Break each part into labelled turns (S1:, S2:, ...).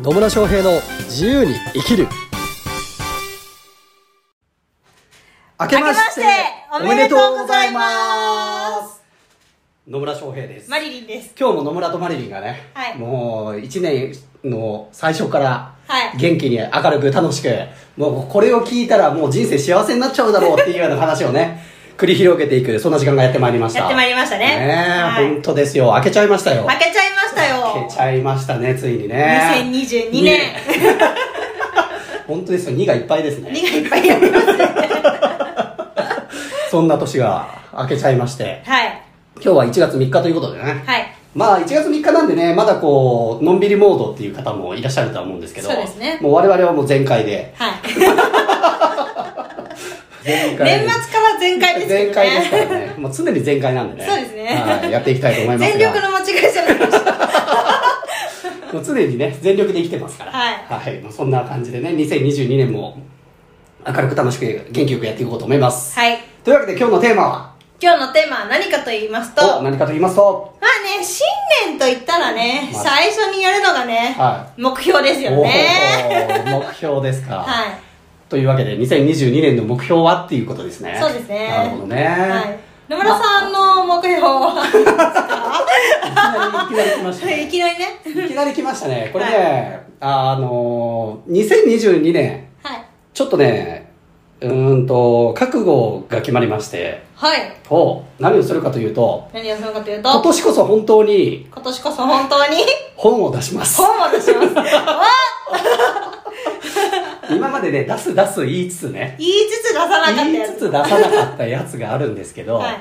S1: 野村翔平の自由に生きる明
S2: けましておめでとうございます
S1: 野村翔平です
S2: マリリンです。
S1: 今日も野村とマリリンがね、
S2: はい
S1: もう一年の最初から
S2: はい
S1: 元気に明るく楽しくもうこれを聞いたらもう人生幸せになっちゃうだろうっていうような話を ね繰り広げていくそんな時間がやってまいりました
S2: やってまいりましたね
S1: え
S2: はい
S1: 本当ですよ開けちゃいましたよ
S2: 負けちゃいました
S1: 開
S2: よ
S1: け。ちゃいましたねついにね
S2: 2022年。
S1: 本当ですよ2がいっぱいです
S2: 2が
S1: ね
S2: いっぱいやりますね。
S1: そんな年が明けちゃいまして
S2: はい。
S1: 今日は1月3日ということでね
S2: はい。
S1: まあ1月3日なんでね、まだこう、のんびりモードっていう方もいらっしゃるとは思うんですけど、
S2: そうですね
S1: もう我々はもう全開で。
S2: はい。
S1: 全
S2: 年末から全開ですけ
S1: 全
S2: ど
S1: 開ですか
S2: ね。
S1: らね。もう常に全開なんでね。
S2: そうですね
S1: はい、やっていきたいと思います
S2: 全
S1: が。
S2: 力の間違いじゃないでした。
S1: もう常にね、全力で生きてますから。
S2: はい
S1: はい。もうそんな感じでね、2022年も明るく楽しく元気よくやっていこうと思います。
S2: はい。
S1: というわけで今日のテーマは、
S2: 今日のテーマは何かと言いますと、
S1: お
S2: まあ
S1: 何かと言いますと、
S2: ね、新年と言ったらね、
S1: まあ
S2: 最初にやるのがね、
S1: は
S2: 目標ですよね。
S1: おー目標ですか。
S2: はい。
S1: というわけで2022年の目標はっていうことですね
S2: そうですね
S1: なるほどね、
S2: はい。野村さんの目標
S1: い、きなり来ました
S2: は、い
S1: ね
S2: きなりね。
S1: いきなり来ましたねこれね、あの2022年
S2: はい。
S1: ちょっとねうーんと覚悟が決まりまして
S2: はい。
S1: と何をするかというと
S2: 何をするかという
S1: 今
S2: と、
S1: 年こそ本当に
S2: 今年こそ本当に、
S1: 本を出します
S2: 本を出します。わ
S1: 今までね出す出す言いつつね
S2: 言いつつ出さなかった
S1: 言い
S2: や
S1: つ
S2: つ。
S1: つ出さなかったやつがあるんですけど、
S2: はい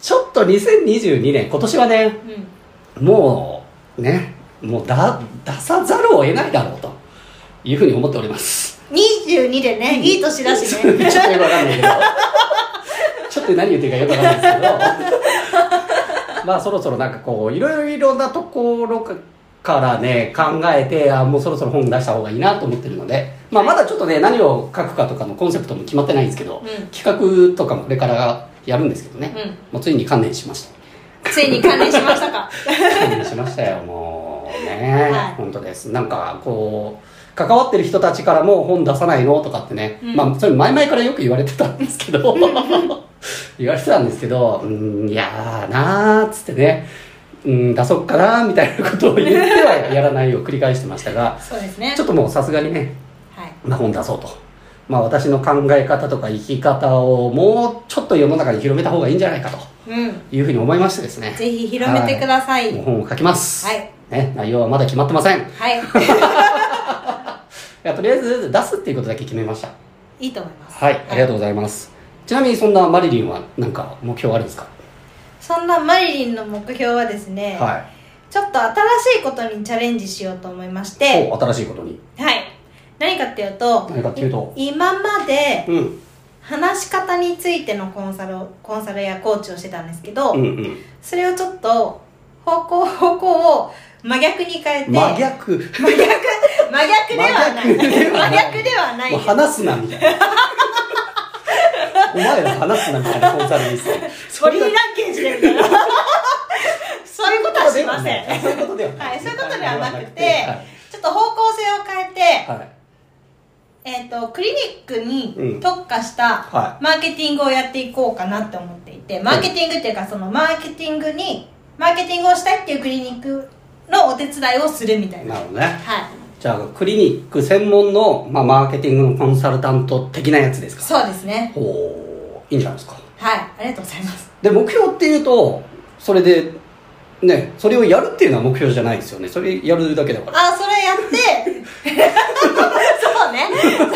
S1: ちょっと2022年今年はね
S2: うん。
S1: もうねもうだ出さざるを得ないだろうというふうに思っており ます
S2: 22でね、いい年だし
S1: ちょっと
S2: ね。
S1: よくわかんないけどちょっと何言ってるかよくわかんないですけどまあそろそろなんかこういろいろなところからね考えてあもうそろそろ本出した方がいいなと思ってるので、まあ、まだちょっとね何を書くかとかのコンセプトも決まってないんですけど、
S2: うん
S1: 企画とかもこれからやるんですけどね、
S2: うん
S1: もうついに観念しました
S2: ついに関連しましたか。
S1: 感じしましたよもうね、
S2: はい
S1: 本当ですなんかこう関わってる人たちからも本出さないのとかってね、
S2: うん
S1: まあそれ前々からよく言われてたんですけど 言われてたんですけどうんいやーなーっつってねうん出そっかなーみたいなことを言ってはやらないを繰り返してましたが
S2: そうですね
S1: ちょ。っともうさすがにね、
S2: はい。
S1: まあ、本出そうと。まあ私の考え方とか生き方をもうちょっと世の中に広めた方がいいんじゃないかと
S2: うん。
S1: いうふうに思いましてですね。
S2: ぜひ広めてくださ
S1: も
S2: い。
S1: う
S2: はい。
S1: 本を書きます。
S2: はい
S1: ね、内容はまだ決まってません。い
S2: は
S1: やとりあえず出すっていうことだけ決めました。
S2: い。いいと思います。
S1: はい、ありがとうございます。ちなみにそんなマリリンはなんか目標あるんですか
S2: そんなマリリンの目標はですね、
S1: は
S2: ちょっと新しいことにチャレンジしようと思いまし
S1: い。
S2: て、
S1: お新しいことに。
S2: はい。何かっていうと、
S1: 何かっていうと
S2: い今まで
S1: うん。うん
S2: 話し方についてのコンサルを、コンサルやコーチをしてたんですけど、
S1: うん。
S2: それをちょっと方向方向を真逆に変えて
S1: 真逆。
S2: 真逆真逆ではない
S1: 真逆ではない
S2: 真逆ではない
S1: もう話すなみた いな。お前ら話すなみたいなコンサルですね。
S2: ボリーランケージでみたいな そういうことはしません
S1: そういうことではな。
S2: はいいそういうことではなくて
S1: はい
S2: ちょっと方向性を変えて、
S1: はい。
S2: えっとクリニック
S1: うん
S2: に特化し
S1: は
S2: たマーケティングをやっていこうかなって思っていてマーケティングっていうかそのマーケティングにマーケティングをしたいっていうクリニックのお手伝いをするみたいな
S1: な
S2: は
S1: る
S2: い
S1: ほどね。じゃあ、クリニック専門の、まあ、マーケティングのコンサルタント的なやつですか
S2: そうですね
S1: おーいいんじゃないですか。
S2: はいありがとうございます
S1: で目標っていうとそれでねそれをやるっていうのは目標じゃないですよねそれやるだけだから
S2: あそれやって そうねそれ
S1: だ
S2: や
S1: っ
S2: っ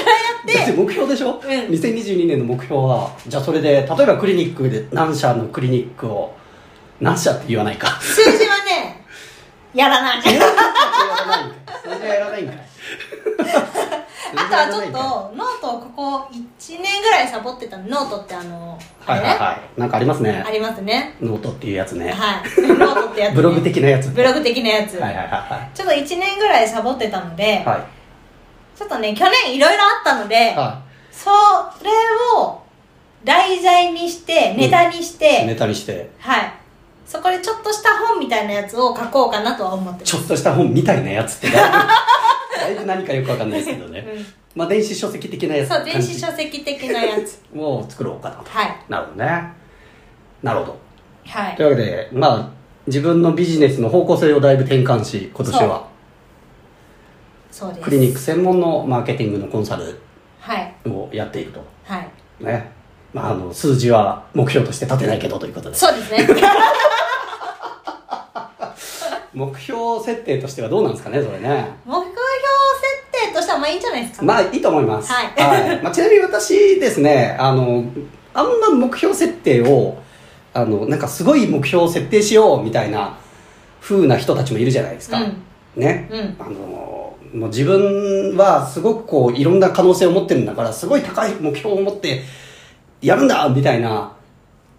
S2: てて
S1: 目標でしょ、2022年の目標はじゃあそれで例えばクリニックで何社のクリニックを何社って言わないか
S2: 数字はねやらないあ
S1: やらないんかいそれじゃやらないんかい
S2: とはちょっとノートをここ1年ぐらいサボってたノートってあのあ
S1: はい
S2: れ
S1: は
S2: ね、
S1: いはいなんかありますね
S2: ありますね
S1: ノートっていうやつね、
S2: はいノートってやつ、ね、
S1: ブログ的なやつ
S2: ブログ的なやつ、
S1: はいはいは
S2: ちょっと1年ぐらいサボってたので、
S1: いはいは
S2: ちょっとね去年いろいろあったので、
S1: いは
S2: それを題材にしてネタにして、
S1: いネタにして
S2: はい。そこでちょっとした本みたいなやつを書こうかなとは思ってます。
S1: ちょっとした本みたいなやつってだいぶだい僕何かよくわかんないですけどね。まあ、電子書籍的なやつ。
S2: そう電子書籍的なやつ
S1: を作ろうかなと。
S2: はい
S1: なるほどね。なるほど。
S2: はい
S1: というわけで、まあ、自分のビジネスの方向性をだいぶ転換し、今年は
S2: そうです
S1: クリニック専門のマーケティングのコンサル
S2: はい
S1: をやっていると。
S2: はい
S1: ね。まあ、あの、数字は目標として立てないけどということで。
S2: そう ですね
S1: 目標設定としてはどうなんですかね、それね。
S2: 目標設定としてはまあいいんじゃないですか、
S1: まあ、いいと思います。
S2: はい
S1: まあ、ちなみに私ですね、あの、あんま目標設定を、あの、なんかすごい目標を設定しようみたいな風な人たちもいるじゃないですか。ね。
S2: うん
S1: あのもう自分はすごくこういろんな可能性を持ってるんだからすごい高い目標を持ってやるんだみたいな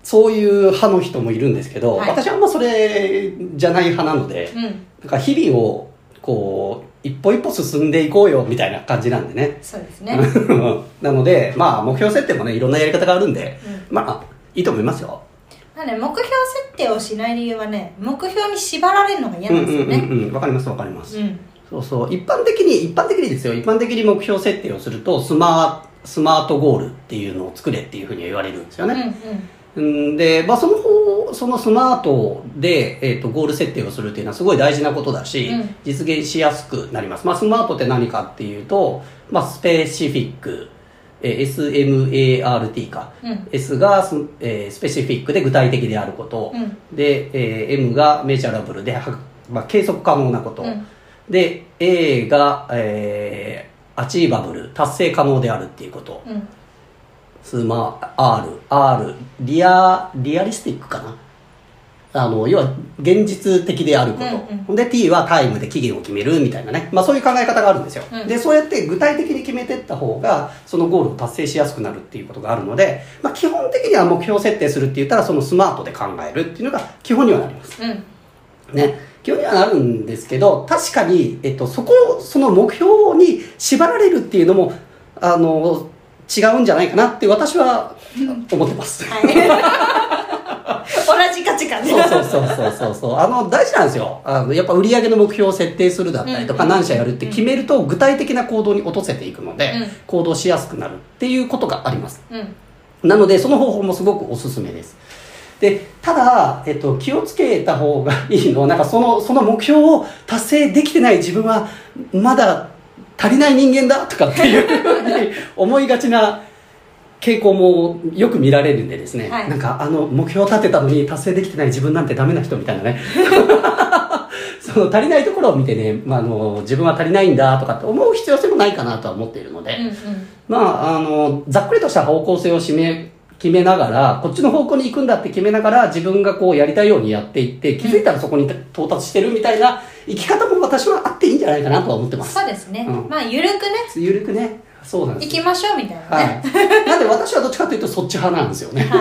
S1: そういう派の人もいるんですけど、
S2: はい
S1: 私はあんまそれじゃない派なので、
S2: うんうん
S1: なんか日々をこう一歩一歩進んでいこうよみたいな感じなんでね
S2: そうですね
S1: なのでまあ目標設定もねいろんなやり方があるんで、まあいいと思いますよ
S2: なので目標設定をしない理由はね目標に縛られるのが嫌
S1: う
S2: なん
S1: ん
S2: ですよ
S1: うん
S2: ね
S1: うんうんわかりますわかります、
S2: うん
S1: そうそう一般的に一般的にですよ一般的に目標設定をするとスマスマートゴールっていうのを作れっていうふうに言われるんですよ
S2: うんう
S1: ね、
S2: ん
S1: うん、で、まあ、その方そのスマートで、えー、とゴール設定をするっていうのはすごい大事なことだし、
S2: うん
S1: 実現しやすくなります、まあ、スマートって何かっていうと、まあ、スペシフィック、えー SMART か、
S2: うん
S1: S がス,、えースペシフィックで具体的であること、
S2: うん
S1: で、えー M がメジャラブルで、はまあ、計測可能なこと、
S2: うん
S1: で A が、えーアチーバブル達成可能であるっていうこと、
S2: うん
S1: スマ RR リアリアリスティックかなあの要は現実的であること、
S2: うん
S1: で T はタイムで期限を決めるみたいなね、まあ、そういう考え方があるんですよ、
S2: うん
S1: でそうやって具体的に決めてった方がそのゴールを達成しやすくなるっていうことがあるので、まあ、基本的には目標設定するって言ったらそのスマートで考えるっていうのが基本にはなります
S2: うん
S1: ね、基本にはなるんですけど確かに、えっと、そこをその目標に縛られるっていうのもあの違うんじゃないかなって私は思ってます。
S2: はい 同じ価値観 で
S1: そうそうそうそうそうそうあの大事なんですよあのやっぱ売上の目標を設定するだったりとか、
S2: うん
S1: 何社やるって決めると具体的な行動に落とせていくので、
S2: うん
S1: 行動しやすくなるっていうことがあります
S2: うん
S1: なので、その方法もすごくおすすめです。で、ただ、えっと、気をつけた方がいいのは、 なんかその、その目標を達成できてない自分は、まだ足りない人間だとかっていう ふうに思いがちな傾向もよく見られるんでですね、
S2: はい
S1: なんかあの目標を立てたのに達成できてない自分なんてダメな人みたいなね。 その足りないところを見てね、まあ、あの自分は足りないんだとかって思う必要性もないかなとは思っているので、
S2: うんうん
S1: まあ、あの、ざっくりとした方向性を示決めながら、こっちの方向に行くんだって決めながら、自分がこうやりたいようにやっていって、気づいたらそこに到達してるみたいな生き方も私はあっていいんじゃないかなとは思ってます。
S2: そうですね、
S1: うん
S2: まあゆるくね
S1: ゆるくね、そうなんです
S2: 行き
S1: よ。
S2: ましょうみたいな
S1: は
S2: ね、
S1: い。なんで私はどっちかというとそっち派なんですよね。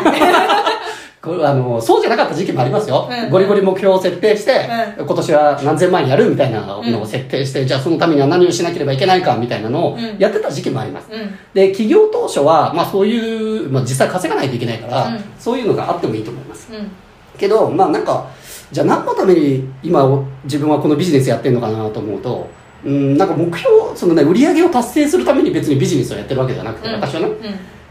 S1: これあのそうじゃなかった時期もありますよ、
S2: うん
S1: ゴリゴリ目標を設定して、
S2: う
S1: 今年は何千万円やるみたいなのを設定して、じゃあそのためには何をしなければいけないかみたいなのを
S2: うん
S1: やってた時期もあります、
S2: うん
S1: で企業当初は、まあ、そういう、まあ、実際稼がないといけないから、
S2: うん
S1: そういうのがあってもいいと思います
S2: うん
S1: けどまあなんかじゃあ何のために今自分はこのビジネスやってるのかなと思うとうんなんか目標その、ね、売り上げを達成するために別にビジネスをやってるわけじゃなくて、
S2: うん
S1: 私はね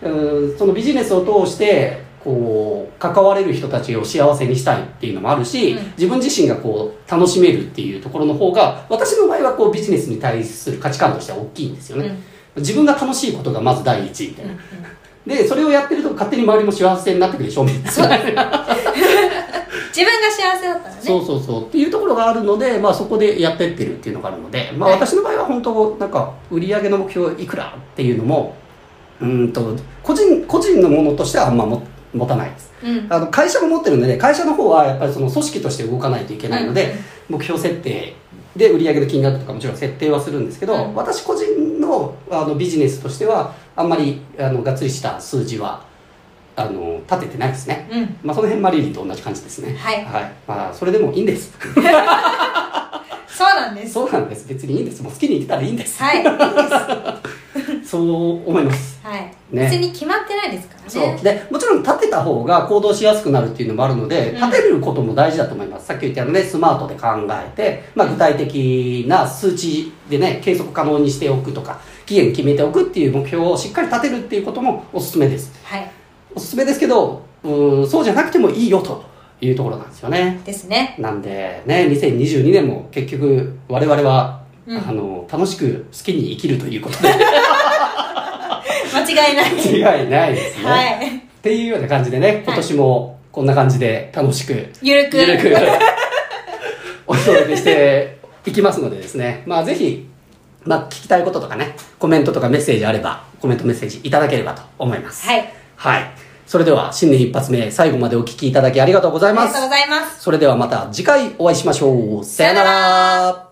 S2: うん
S1: うんそのビジネスを通してこう関われる人たちを幸せにしたいっていうのもあるし、
S2: うん
S1: 自分自身がこう楽しめるっていうところの方が私の場合はこうビジネスに対する価値観としては大きいんですよね、
S2: うん
S1: 自分が楽しいことがまず第一みたいな、
S2: 自
S1: でそれをやってると勝手に周りも幸せになってくるでしょみたいな
S2: 分が幸せだったらね
S1: そうそうそうっていうところがあるので、まあ、そこでやってってるっていうのがあるので、まあ、
S2: はい
S1: 私の場合は本当なんか売上の目標いくらっていうのもうーんと個人個人のものとしてはあんまも持たないです
S2: うん
S1: あの会社も持ってるので会社の方はやっぱりその組織として動かないといけないので、目標設定で売上の金額とかもちろん設定はするんですけど、
S2: うん
S1: 私個人のあのビジネスとしてはあんまりあのがっつりした数字はあの立ててないですね
S2: うん
S1: まあ、その辺マリリンと同じ感じですね。
S2: はい
S1: まあ、それでもいいんです。
S2: そうなんです
S1: そうなんです。別にいいんです。もう好きに生きたらいいんです。
S2: はいいいです
S1: そう思います。
S2: はい
S1: ね
S2: 別に決まってないですからね
S1: そうでもちろん立てた方が行動しやすくなるっていうのもあるので
S2: うん
S1: 立てることも大事だと思います、さっき言ったようにねスマートで考えて、まあ、具体的な数値でね計測可能にしておくとか期限決めておくっていう目標をしっかり立てるっていうこともおすすめです
S2: はい
S1: おすすめですけどうーんそうじゃなくてもいいよというところなんですよね
S2: ですね
S1: なんでね2022年も結局我々は、
S2: うん
S1: あの楽しく好きに生きるということで
S2: 間違いない
S1: 違いないですね、
S2: はい
S1: っていうような感じでね今年もこんな感じで楽しく、
S2: ゆるく
S1: ゆるくお届けしていきますのでですねまあぜひまあ、聞きたいこととかねコメントとかメッセージあればコメントメッセージいただければと思います
S2: はい
S1: はい、それでは新年一発目最後までお聞きいただきありがとうござ
S2: あ
S1: い
S2: りが
S1: ま
S2: とう
S1: す
S2: ございます
S1: それではまた次回お会いしましょう。さよな
S2: さよな
S1: ら。